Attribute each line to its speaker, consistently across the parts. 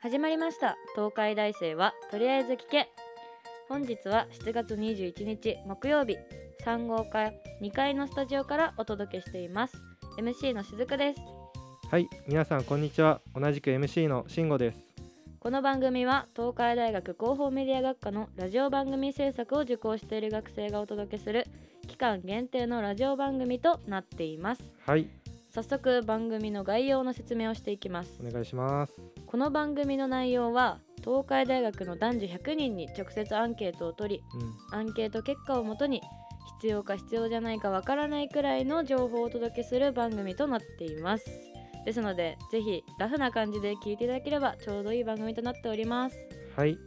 Speaker 1: 始まりました東海大生はとりあえず聞け本日は7月21日木曜日3号館2階のスタジオからお届けしています MC のしずくです
Speaker 2: はい、皆さんこんにちは。同じく MC の慎吾です。
Speaker 1: この番組は東海大学広報メディア学科のラジオ番組制作を受講している学生がお届けする期間限定のラジオ番組となっています
Speaker 2: はい、
Speaker 1: 早速番組の概要の説明をしていきます
Speaker 2: お願いします。
Speaker 1: この番組の内容は東海大学の男女100人に直接アンケートを取り
Speaker 2: うん、
Speaker 1: アンケート結果をもとに必要か必要じゃないかわからないくらいの情報をお届けする番組となっていますですのでぜひラフな感じで聞いていただければちょうどいい番組となっております
Speaker 2: はい。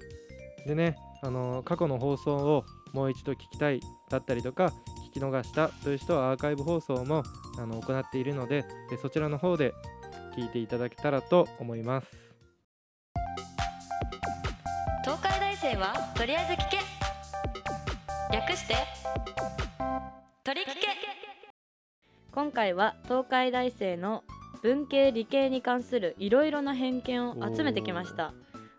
Speaker 2: でね、あの過去の放送をもう一度聞きたいだったりとか、聞き逃したという人はアーカイブ放送もあの行っているのでで、そちらの方で聞いていただけたらと思います。
Speaker 1: 東海大生はとりあえず聞け略して取り聞け今回は東海大生の文系理系に関するいろいろな偏見を集めてきました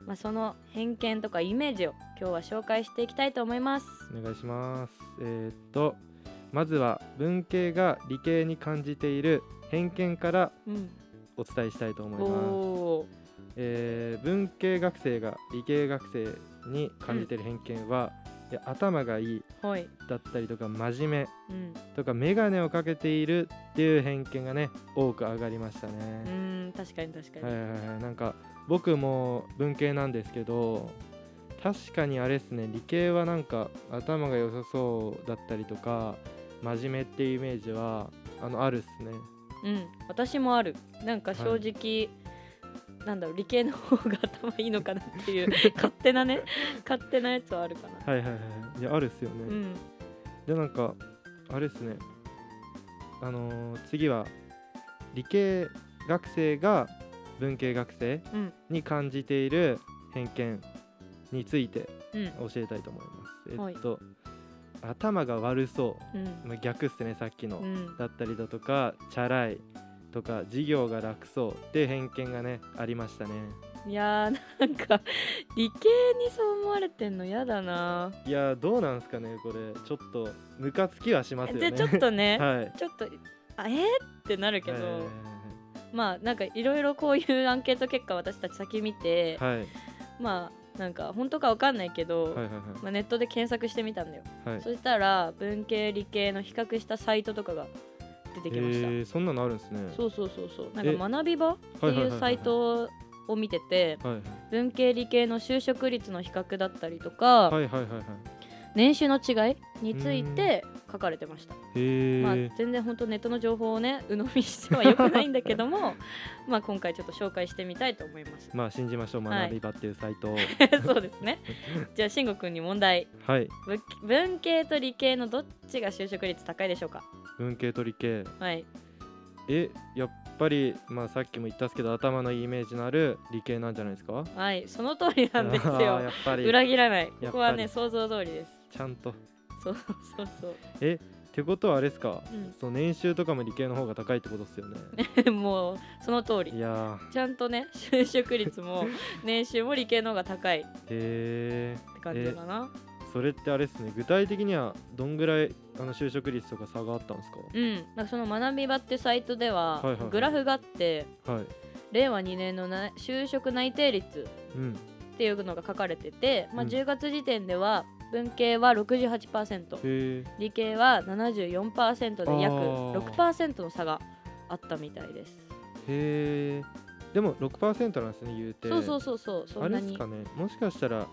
Speaker 1: まあその偏見とかイメージを今日は紹介していきたいと思います
Speaker 2: お願いします。えーっと、まずは文系が理系に感じている偏見から
Speaker 1: うん
Speaker 2: お伝えしたいと思います。
Speaker 1: おー
Speaker 2: えー文系学生が理系学生に感じてる偏見は、いや頭がいい
Speaker 1: はい
Speaker 2: だったりとか真面目
Speaker 1: うん
Speaker 2: とか眼鏡をかけているっていう偏見がね多く上がりました
Speaker 1: う
Speaker 2: ね。
Speaker 1: ーん確かに確かに、
Speaker 2: はいはいはい、なんか僕も文系なんですけど確かにあれですね理系はなんか頭が良さそうだったりとか真面目っていうイメージはあのあるっすね。
Speaker 1: うん私もあるなんか正直、なんだろう理系の方が頭いいのかなって いう勝手なね勝手なやつはあるかな
Speaker 2: はいはいはい、いやあるっすよね。
Speaker 1: うん
Speaker 2: でなんかあれですねあのー次は理系学生が文系学生
Speaker 1: うん
Speaker 2: に感じている偏見について
Speaker 1: うん
Speaker 2: 教えたいと思います。
Speaker 1: はい
Speaker 2: えっと、頭が悪そ
Speaker 1: うん
Speaker 2: う、まあ、逆っすねさっきの、
Speaker 1: うん
Speaker 2: だったりだとかチャラいとか授業が楽そうっていう偏見がねありましたね。
Speaker 1: いやーなんか理系にそう思われてんの嫌だない
Speaker 2: やーどうなんすかねこれちょっとムカつきはしますよね。
Speaker 1: でちょっとね、
Speaker 2: はい
Speaker 1: ちょっとあえー、ってなるけど、
Speaker 2: は
Speaker 1: まあなんかいろいろこういうアンケート結果私たち先見て、
Speaker 2: いはいはい
Speaker 1: まあなんか本当かわかんないけど、
Speaker 2: はいはいはい
Speaker 1: まあ、ネットで検索してみたんだよ、
Speaker 2: はい
Speaker 1: そしたら文系理系の比較したサイトとかが出てきました、
Speaker 2: えーそんなのあるんですね。
Speaker 1: そうそうそうそうな
Speaker 2: え
Speaker 1: んか学び場って
Speaker 2: はいは
Speaker 1: い
Speaker 2: いはいは
Speaker 1: う
Speaker 2: い
Speaker 1: サイトを見てて
Speaker 2: はい
Speaker 1: 文系理系の就職率の比較だったりとか、
Speaker 2: はいはいはいはい。
Speaker 1: 年収の違いについて書かれてました、
Speaker 2: へえ、
Speaker 1: まあ、全然本当ネットの情報をね鵜呑みしてはよくないんだけども まあ今回ちょっと紹介してみたいと思いまし
Speaker 2: まあ信じましょう
Speaker 1: はい
Speaker 2: 学び場っていうサイトを。はい。
Speaker 1: た そうですねじゃあ慎吾くんに問題文文系と理系のどっちが就職率高いでしょうか
Speaker 2: 文系と理系。
Speaker 1: はい
Speaker 2: えやっぱりまあさっきも言ったっすけど頭のいいイメージのある理系なんじゃないですか。
Speaker 1: はい、その通りなんです
Speaker 2: あーや
Speaker 1: よ。
Speaker 2: っぱり
Speaker 1: 裏切らない。
Speaker 2: り
Speaker 1: ここはね、想像通りです。
Speaker 2: ちゃんと。っ
Speaker 1: そうそうそう。
Speaker 2: てことはあれですか。
Speaker 1: う
Speaker 2: そう年収とかも理系の方が高いってことですよ ね。
Speaker 1: ん、もうその通
Speaker 2: い
Speaker 1: り。
Speaker 2: や
Speaker 1: ちゃんとね、就職率 も年収も理系の方が高いっ
Speaker 2: ーへえ
Speaker 1: て感じかな。
Speaker 2: それってあれですね具体的にはどんぐらいあの就職率とか差があったんです
Speaker 1: うん、なんかその学び場ってサイトでは、
Speaker 2: はいはいはい
Speaker 1: グラフがあって、
Speaker 2: か。はい。
Speaker 1: 令和2年のな就職内定率
Speaker 2: うん。
Speaker 1: っていうのが書かれてて、まあ、
Speaker 2: うん
Speaker 1: 10月時点では文系は68%、
Speaker 2: へえ。
Speaker 1: 理系は74%で約
Speaker 2: あ
Speaker 1: 6%の差があったみたいです。
Speaker 2: へえでも6%なんですね言うて
Speaker 1: そうそうそうそうそ
Speaker 2: あ
Speaker 1: ん
Speaker 2: れ
Speaker 1: な
Speaker 2: です
Speaker 1: に
Speaker 2: かねもしかしたら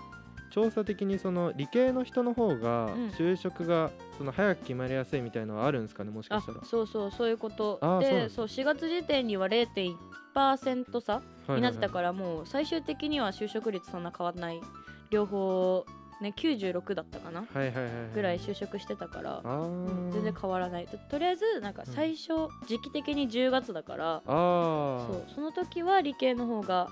Speaker 2: 調査的にその理系の人の方が
Speaker 1: うん
Speaker 2: 就職がその早く決まりやすいみたいのはあるんですかねもしか
Speaker 1: あ
Speaker 2: したら、
Speaker 1: そうそうそういうこと
Speaker 2: あーそうなん
Speaker 1: で
Speaker 2: だ
Speaker 1: そう4月時点には0.1%差
Speaker 2: はい
Speaker 1: に
Speaker 2: は
Speaker 1: ないって
Speaker 2: は
Speaker 1: た
Speaker 2: い
Speaker 1: からもう最終的には就職率そんな変わんない両方ね96だったかな
Speaker 2: はいはいはいは
Speaker 1: ぐらい就職してたから
Speaker 2: あ、ー
Speaker 1: うん全然変わらないととりあえずなんか
Speaker 2: うん
Speaker 1: 最初時期的に10月だから
Speaker 2: あ
Speaker 1: そうその時は理系の方が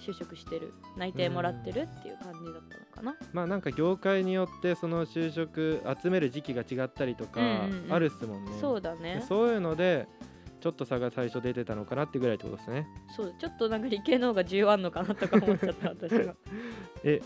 Speaker 1: 就職してる内定もらってるっていう感じだったのかな
Speaker 2: あまあなんか業界によってその就職集める時期が違ったりとか
Speaker 1: うんうんうん
Speaker 2: あるっすもんね,で、
Speaker 1: そうだね
Speaker 2: そういうのでちょっと差が最初出てたのかなってぐらいってことですね
Speaker 1: そうちょっとなんか理系の方が重要あんのかなとか思っちゃった私は
Speaker 2: え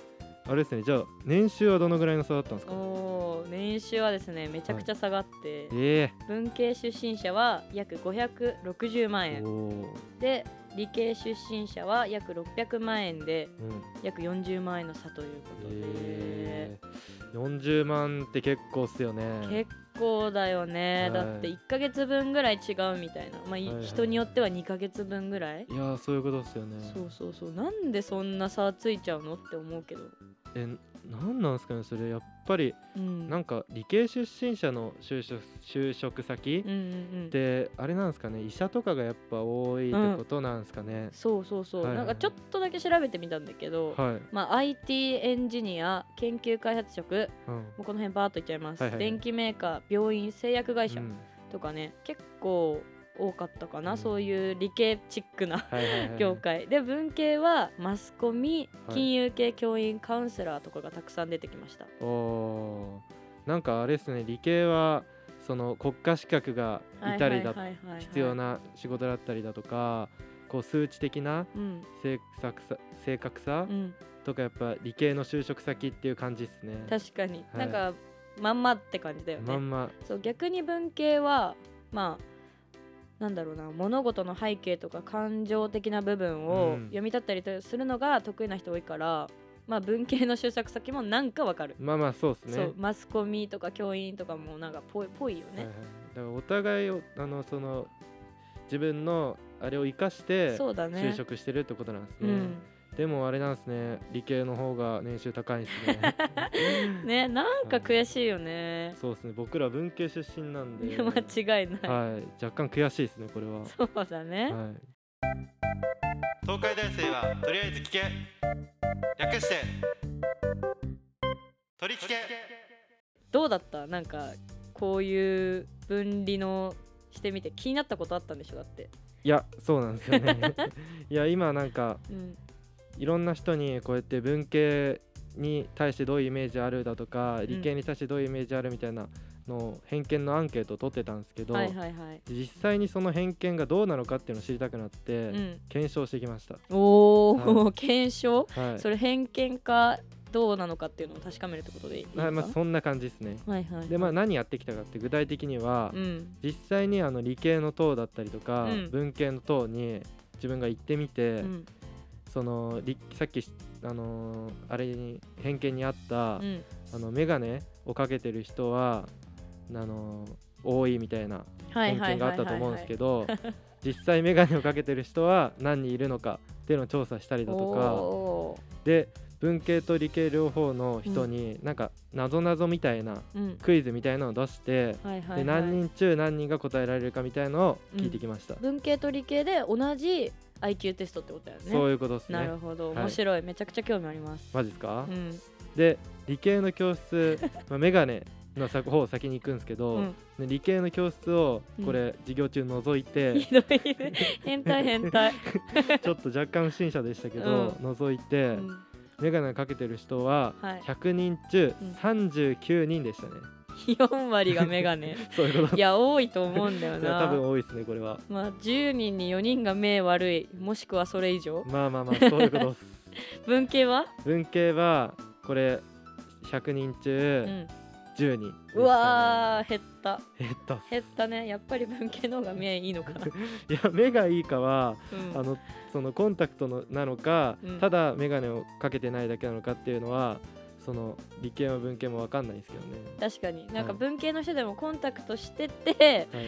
Speaker 2: あれですねじゃあ年収はどのぐらいの差だったんですか
Speaker 1: おー年収はですねめちゃくちゃ下がって、
Speaker 2: え
Speaker 1: 文系出身者は約560万
Speaker 2: え
Speaker 1: 円
Speaker 2: おー
Speaker 1: で理系出身者は約600万円で
Speaker 2: うん
Speaker 1: 約40万円の差ということで、
Speaker 2: えー、40万って結構っすよね
Speaker 1: 結構だよね、
Speaker 2: はい
Speaker 1: だって1ヶ月分ぐらい違うみたいな、まあい
Speaker 2: はいはい
Speaker 1: 人によっては2ヶ月分ぐらい、
Speaker 2: いやーそういうことっすよね
Speaker 1: そうそうそうなんでそんな差ついちゃうのって思うけど、
Speaker 2: えなんなんですかねそれやっぱり
Speaker 1: うん、
Speaker 2: なんか理系出身者の就職就職先
Speaker 1: うんうんうん
Speaker 2: ってあれなんですかね医者とかがやっぱ多いってことなんですかね、
Speaker 1: そうそうそう、
Speaker 2: はいはい
Speaker 1: なんかちょっとだけ調べてみたんだけど、
Speaker 2: はい、
Speaker 1: まあ、IT エンジニア研究開発職
Speaker 2: うん
Speaker 1: もうこの辺バーっといっちゃいます、
Speaker 2: はいはいはい
Speaker 1: 電機メーカー病院製薬会
Speaker 2: う
Speaker 1: 社
Speaker 2: ん
Speaker 1: とかね、結構多かったかな、
Speaker 2: うん
Speaker 1: そういう理系チックな
Speaker 2: はいはいは い、
Speaker 1: 業界で文系はマスコミ
Speaker 2: はい
Speaker 1: 金融系教員カウンセラーとかがたくさん出てきました、
Speaker 2: おーなんかあれですね理系はその国家資格がいたりだ
Speaker 1: はいはいはいはいはい
Speaker 2: 必要、な仕事だったりだとかこう数値的な
Speaker 1: うん
Speaker 2: 正確さ正確さ
Speaker 1: うん、
Speaker 2: とかやっぱ理系の就職先っていう感じですね。
Speaker 1: 確かに、
Speaker 2: はい
Speaker 1: なんかまんまって感じだよね、
Speaker 2: まんま
Speaker 1: そう逆に文系はまあなんだろうな物事の背景とか感情的な部分を
Speaker 2: うん
Speaker 1: 読み立ったりとするのが得意な人多いから、まあ文系の就職先もなんかわかる、
Speaker 2: まあまあそうですね。
Speaker 1: そうマスコミとか教員とかもなんかぽいぽいよ
Speaker 2: はい
Speaker 1: ね
Speaker 2: は、い、だからお互いをあのその自分のあれを生かして
Speaker 1: そうだね
Speaker 2: 就職してるってことなんです
Speaker 1: う
Speaker 2: ね。
Speaker 1: ん
Speaker 2: でもあれなんですね理系の方が年収高いんです
Speaker 1: ね
Speaker 2: ね。
Speaker 1: なんか悔しいよね、
Speaker 2: そうですね僕ら文系出身なんで。
Speaker 1: いや間違いない、
Speaker 2: はい、若干悔しいですねこれは。
Speaker 1: そうだね、
Speaker 2: はい、東海大生はとりあえず聞け略して取り聞け
Speaker 1: どうだったなんかこういう分離のしてみて気になったことあったんでしょだって、
Speaker 2: いやそうなんですよね いや今なんか
Speaker 1: うん、
Speaker 2: いろんな人にこうやって文系に対してどういうイメージあるだとか理系に対してどういうイメージあるみたいなのを偏見のアンケートを取ってたんですけど、
Speaker 1: はいはいはい、
Speaker 2: 実際にその偏見がどうなのかっていうのを知りたくなって、
Speaker 1: うん
Speaker 2: 検証してきました。
Speaker 1: おお、
Speaker 2: は
Speaker 1: 検証
Speaker 2: はい
Speaker 1: それ偏見かどうなのかっていうのを確かめるってことでいいですか、
Speaker 2: はいまあ、そんな感じですね。
Speaker 1: はいはい
Speaker 2: でまあ何やってきたかって具体的には、
Speaker 1: うん
Speaker 2: 実際にあの理系の党だったりとか、
Speaker 1: うん
Speaker 2: 文系の党に自分が行ってみて、
Speaker 1: うん
Speaker 2: そのりさっきし、あのーあれに偏見にあった、
Speaker 1: うん
Speaker 2: あの眼鏡をかけてる人はあのー多いみたいな
Speaker 1: はい
Speaker 2: 偏
Speaker 1: はい
Speaker 2: 見が
Speaker 1: は
Speaker 2: あ
Speaker 1: い
Speaker 2: っ
Speaker 1: は
Speaker 2: た
Speaker 1: い
Speaker 2: と思うんです けど実際眼鏡をかけてる人は何人いるのかっていうのを調査したりだとか
Speaker 1: お
Speaker 2: で文系と理系両方の人になんかなぞなぞみたいな
Speaker 1: ーうん
Speaker 2: クイズみたいなのを出して。
Speaker 1: はいはい、は
Speaker 2: で
Speaker 1: い、
Speaker 2: 何人中何人が答えられるかみたいのを聞いてきました、
Speaker 1: 文系と理系で同じ IQ テストってことだよね
Speaker 2: そういうことです
Speaker 1: な
Speaker 2: ね
Speaker 1: るほど
Speaker 2: はい
Speaker 1: 面白い、めちゃくちゃ興味あります
Speaker 2: マジですか、
Speaker 1: うん
Speaker 2: で理系の教 室まあメガネのさ方先に行くんですけど、
Speaker 1: うん
Speaker 2: で理系の教室を
Speaker 1: うん
Speaker 2: これ、授業中覗いて
Speaker 1: ひどいね変態変態、
Speaker 2: ちょっと若干不審者でしたけど、覗いて、
Speaker 1: うん
Speaker 2: メガネかけてる人は
Speaker 1: はい
Speaker 2: 100人中
Speaker 1: うん
Speaker 2: 39人でしたね、
Speaker 1: 4割がメガ ネ
Speaker 2: そういうこと
Speaker 1: いや多いと思うんだよ
Speaker 2: いや
Speaker 1: な
Speaker 2: 多分多いですねこれは
Speaker 1: まあ10人に4人が目悪いもしくはそれ以上
Speaker 2: まあまあまあそういうことっす
Speaker 1: 文系は、
Speaker 2: 文系はこれ100人
Speaker 1: う
Speaker 2: 中
Speaker 1: ん、
Speaker 2: 10人でしたね、
Speaker 1: うわー減った
Speaker 2: 減ったっす
Speaker 1: 減ったねやっぱり文系の方が目いいの かな、
Speaker 2: いや目がいいかは
Speaker 1: うん
Speaker 2: あのそのコンタクトのなのか、
Speaker 1: うん
Speaker 2: ただ眼鏡をかけてないだけなのかっていうのはその理系も文系も分かんないんですけどね。
Speaker 1: 確かになんか
Speaker 2: うん
Speaker 1: 文系の人でもコンタクトしてて
Speaker 2: はい、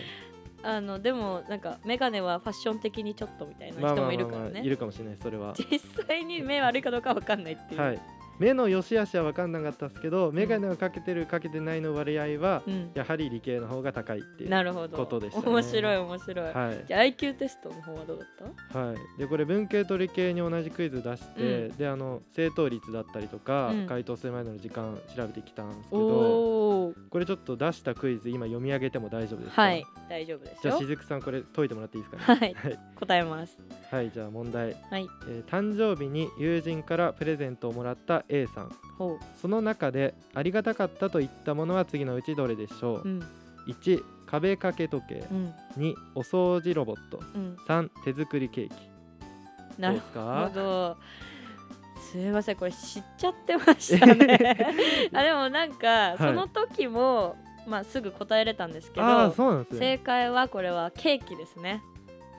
Speaker 1: あのでもなんか眼鏡はファッション的にちょっとみたいな人もいるから
Speaker 2: い
Speaker 1: ね
Speaker 2: るかもしれないそ れは。
Speaker 1: 実際に目悪いかどうかわかんないっていう、
Speaker 2: はい、目の良し悪しは分かんなかったですけど眼鏡をかけてるかけてないの割合は、
Speaker 1: うん、
Speaker 2: やはり理系の方が高いっていう。
Speaker 1: なるほど
Speaker 2: ことでしたね
Speaker 1: 面白い面白い、
Speaker 2: はい
Speaker 1: じゃあ IQ テストの方はどうだっ
Speaker 2: はい、でこれ文系と理系に同じクイズ出して、
Speaker 1: う
Speaker 2: であの正答率だったりとか、
Speaker 1: うん
Speaker 2: 回答する前の時間調べてきたんですけ
Speaker 1: た
Speaker 2: ど
Speaker 1: おお
Speaker 2: これちょっと出したクイズ今読み上げても大丈夫ですか
Speaker 1: はい大丈夫です
Speaker 2: じゃあ
Speaker 1: よ
Speaker 2: しずくさんこれ解いてもらっていいですかね
Speaker 1: はい
Speaker 2: はい、
Speaker 1: 答えます
Speaker 2: はいじゃあ問題、
Speaker 1: はい
Speaker 2: えー誕生日に友人からプレゼントをもらった A さん
Speaker 1: ほ
Speaker 2: その中でありがたかったと言ったものは次のうちどれでしょう、
Speaker 1: ううん
Speaker 2: 1壁掛け時計
Speaker 1: うん
Speaker 2: 2お掃除ロボット
Speaker 1: うん
Speaker 2: 3手作りケーキ
Speaker 1: なる
Speaker 2: どうです
Speaker 1: ほ
Speaker 2: か
Speaker 1: どすみませんこれ知っちゃってました ねあでもなんか
Speaker 2: い
Speaker 1: その時も、まあすぐ答えれたんですけ
Speaker 2: ああ
Speaker 1: ど
Speaker 2: そうなんですね
Speaker 1: 正解はこれはケーキですね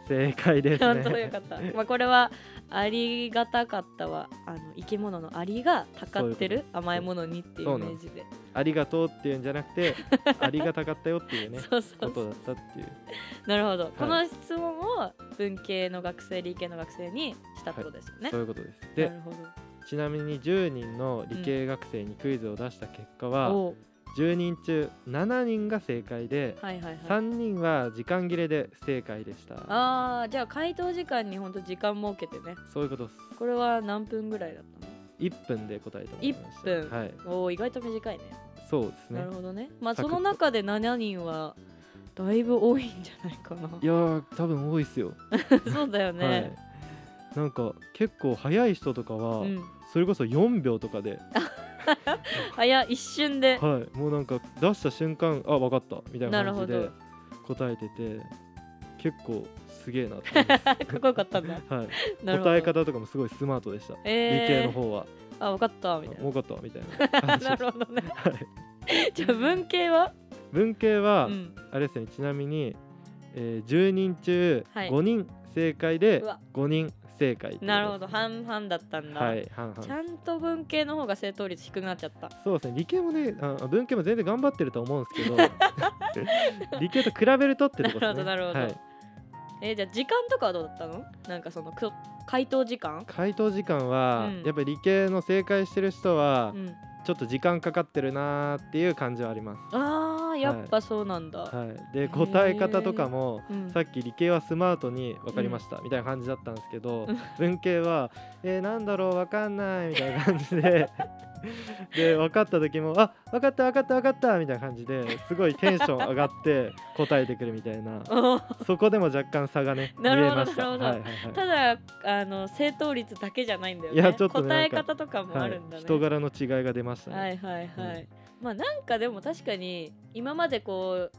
Speaker 2: 正解です
Speaker 1: 本当よ
Speaker 2: ね
Speaker 1: かった、まあ、これはありがたかったはあの生き物のアリがたかって
Speaker 2: そういう
Speaker 1: る甘いものにっていうイメージで
Speaker 2: ありがとうっていうんじゃな くてありがたかったよっていうね
Speaker 1: そうそ
Speaker 2: こ
Speaker 1: うそ
Speaker 2: と
Speaker 1: う
Speaker 2: だったっていう
Speaker 1: なるほど、この質問を文系の学生理系の学生にしたってことですよね、
Speaker 2: そういうことですで
Speaker 1: なるほど
Speaker 2: ちなみに10人の理系学生にクイズを出した結果は、
Speaker 1: おう
Speaker 2: 10人中7人が正解で、
Speaker 1: はいはいはい
Speaker 2: 3人は時間切れで不正解でした
Speaker 1: あーじゃあ回答時間にほんと時間設けてね
Speaker 2: そういうことです
Speaker 1: これは何分ぐらいだったの
Speaker 2: 1分で答えてもらいました
Speaker 1: 1分
Speaker 2: はい
Speaker 1: おー意外と短いね
Speaker 2: そうですね
Speaker 1: なるほどねまあ
Speaker 2: サ
Speaker 1: そ
Speaker 2: クッと
Speaker 1: の中で7人はだいぶ多いんじゃないかない
Speaker 2: やー多分多いですよ、
Speaker 1: そうだよね、
Speaker 2: はいなんか結構早い人とかは、
Speaker 1: うん
Speaker 2: それこそ4秒とかで、
Speaker 1: 早い一瞬で
Speaker 2: はい、もうなんか出した瞬間あ分かったみたいな感じ
Speaker 1: な
Speaker 2: で
Speaker 1: る
Speaker 2: 答えてて結構すげえなって思い ます
Speaker 1: かっこよかったんだ
Speaker 2: はい、
Speaker 1: なるほど
Speaker 2: 答え方とかもすごいスマートでした、理系
Speaker 1: えー、
Speaker 2: の方は
Speaker 1: あ分かったみたい
Speaker 2: 多かったみたいな
Speaker 1: な
Speaker 2: 感じ で
Speaker 1: な
Speaker 2: し
Speaker 1: るほどね
Speaker 2: たはい
Speaker 1: じゃあ文系は、
Speaker 2: 文系は、
Speaker 1: うん、
Speaker 2: あれですねちなみに、えー10人中
Speaker 1: はい
Speaker 2: 5人正解で
Speaker 1: うわ
Speaker 2: 5人不正解っていうことですね、
Speaker 1: なるほど半々だったんだ、
Speaker 2: はい半
Speaker 1: ち
Speaker 2: 々
Speaker 1: ゃんと文系の方が正答率低くなっちゃった
Speaker 2: そうですね理系もねあ文系も全然頑張ってると思うんですけ ど理系と比べるとってとこですね
Speaker 1: なるほどなるほど
Speaker 2: はい、
Speaker 1: えーじゃあ時間とかはどうだったのなんかそのく回答時間
Speaker 2: 回答時間は、
Speaker 1: うん
Speaker 2: やっぱり理系の正解してる人は、
Speaker 1: うん
Speaker 2: ちょっと時間かかってるなーっていう感じはあります、
Speaker 1: あーやっぱそうなんだ、
Speaker 2: はい、で
Speaker 1: ー
Speaker 2: 答え方とかも
Speaker 1: うん
Speaker 2: さっき理系はスマートに分かりました、みたいな感じだったんですけど、文系は「えー、なんだろう分かんない」みたいな感じ でで分かった時も「あ分かった分かった分かった」みたいな感じですごいテンション上がって答えてくるみた いな
Speaker 1: おー
Speaker 2: そこでも若干差がね見
Speaker 1: なる
Speaker 2: え
Speaker 1: ほど
Speaker 2: ました。
Speaker 1: なるほど
Speaker 2: はいはいはい
Speaker 1: ただあの正答率だけじゃないんだよね
Speaker 2: いやちょっ
Speaker 1: 答
Speaker 2: とな
Speaker 1: え
Speaker 2: んか
Speaker 1: 方とかもあ
Speaker 2: は
Speaker 1: る
Speaker 2: い
Speaker 1: んだね、
Speaker 2: 人柄の違いが出ましたね。
Speaker 1: はいはいはい、まあなんかでも確かに今までこう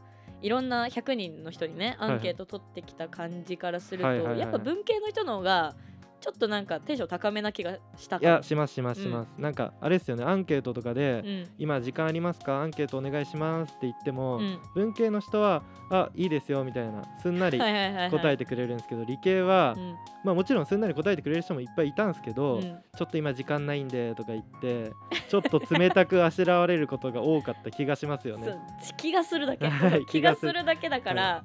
Speaker 1: いろんな100人の人にね
Speaker 2: い
Speaker 1: ア
Speaker 2: はい
Speaker 1: ンケート取ってきた感じからすると、
Speaker 2: はいはいはい
Speaker 1: やっぱ文系の人の方がちょっとなんかテンション高めな気がした
Speaker 2: い
Speaker 1: かも
Speaker 2: やしますしますします。なんかあれですよねアンケートとかで、
Speaker 1: うん
Speaker 2: 今時間ありますかアンケートお願いします」って言っても、
Speaker 1: うん
Speaker 2: 文系の人は「あいいですよ」みたいなすんなり
Speaker 1: はいはいはいはい
Speaker 2: 答えてくれるんですけど理系は、
Speaker 1: うん
Speaker 2: まあもちろんすんなり答えてくれる人もいっぱいいたんですけど、
Speaker 1: うん
Speaker 2: ちょっと今時間ないんでとか言ってちょっと冷たくあしらわれることが多かった気がしますよ
Speaker 1: そ
Speaker 2: ね
Speaker 1: う気がするだけ、
Speaker 2: はい
Speaker 1: 気がするだけだから、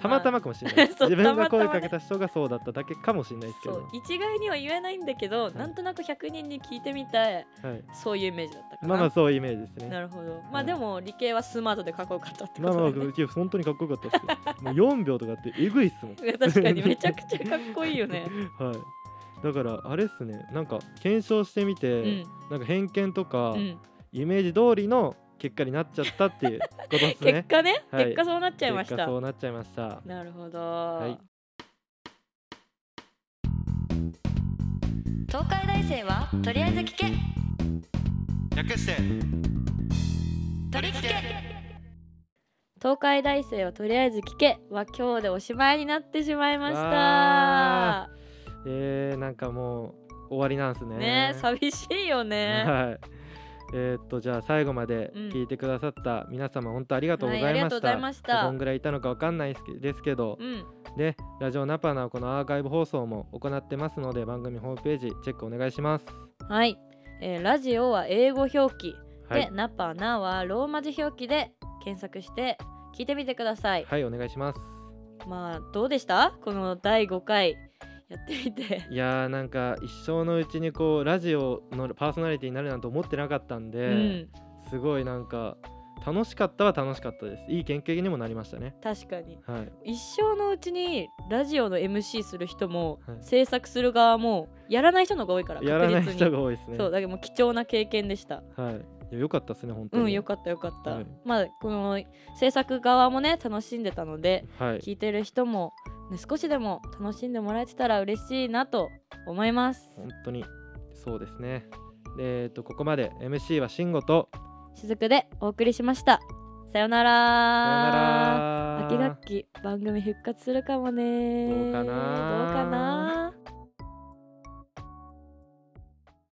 Speaker 2: たまたまかもしれないです
Speaker 1: そう
Speaker 2: 自分が
Speaker 1: たま
Speaker 2: 声
Speaker 1: たまね
Speaker 2: かけた人がそうだっただけかもしれないですけ
Speaker 1: そう
Speaker 2: ど、
Speaker 1: 一概には言えないんだけど、
Speaker 2: い
Speaker 1: なんとなく100人に聞いてみたい
Speaker 2: はい、
Speaker 1: そういうイメージだったかな、
Speaker 2: まあまあそういうイメージですね
Speaker 1: なるほどま
Speaker 2: は
Speaker 1: あ
Speaker 2: い
Speaker 1: でも理系はスマートでかっこよかったってこ
Speaker 2: まあ
Speaker 1: とだ
Speaker 2: まあ
Speaker 1: ね、
Speaker 2: いや本当にかっこよかったですよもう4秒とかってえぐいっすもん
Speaker 1: いや確かにめちゃくちゃかっこいいよね。
Speaker 2: はい、だからあれっすねなんか検証してみて、
Speaker 1: うん、
Speaker 2: なんか偏見とか、
Speaker 1: うん、
Speaker 2: イメージ通りの結果になっちゃったっていうことですね
Speaker 1: 結果ね、
Speaker 2: はい
Speaker 1: 結果そうなっちゃいました
Speaker 2: 結果そうなっちゃいました
Speaker 1: なるほど、
Speaker 2: い
Speaker 1: 東海大生はとりあえず聞け
Speaker 2: 略して
Speaker 1: 取り聞け東海大生はとりあえず聞けは今日でおしまいになってしまいました
Speaker 2: わえー、なんかもう終わりなんすね
Speaker 1: ねえ寂しいよね、
Speaker 2: はいえーっとじゃあ最後まで
Speaker 1: うん
Speaker 2: 聞いてくださった皆様、本当ありがとうござ
Speaker 1: はいあ
Speaker 2: い
Speaker 1: り
Speaker 2: ま
Speaker 1: がとう
Speaker 2: し
Speaker 1: ござ
Speaker 2: た,、
Speaker 1: いました
Speaker 2: どんぐらいいたのかわかんないですけですけど、
Speaker 1: うん
Speaker 2: でラジオナパナはこのアーカイブ放送も行ってますので番組ホームページチェックお願いします
Speaker 1: はい、えーラジオは英語表記で、
Speaker 2: はい
Speaker 1: ナパナはローマ字表記で検索して聞いてみてください、
Speaker 2: はいお願いします
Speaker 1: まあどうでしたこの第5回やってみて
Speaker 2: いやーなんか一生のうちにこうラジオのパーソナリティになるなんて思ってなかったんで、
Speaker 1: うん
Speaker 2: すごいなんか楽しかったは楽しかったですいい研究にもなりましたね
Speaker 1: 確かに
Speaker 2: はい
Speaker 1: 一生のうちにラジオの MC する人も、
Speaker 2: はい
Speaker 1: 制作する側もやらない人の方が多いから
Speaker 2: やらない
Speaker 1: 確実
Speaker 2: 人
Speaker 1: に
Speaker 2: が多いですね
Speaker 1: そうだけどもう貴重な経験でした
Speaker 2: はいいやよかったですね本当に
Speaker 1: うんよかったよかった、
Speaker 2: はい
Speaker 1: まあこの制作側もね楽しんでたので
Speaker 2: はい
Speaker 1: 聞いてる人も、ね、少しでも楽しんでもらえてたら嬉しいなと思います
Speaker 2: 本当にそうですねでえっとここまで MC は慎吾と
Speaker 1: しずくでお送りしましたさよなら
Speaker 2: さよなら
Speaker 1: 秋学期番組復活するかもね
Speaker 2: どう
Speaker 1: ど
Speaker 2: かな
Speaker 1: うかな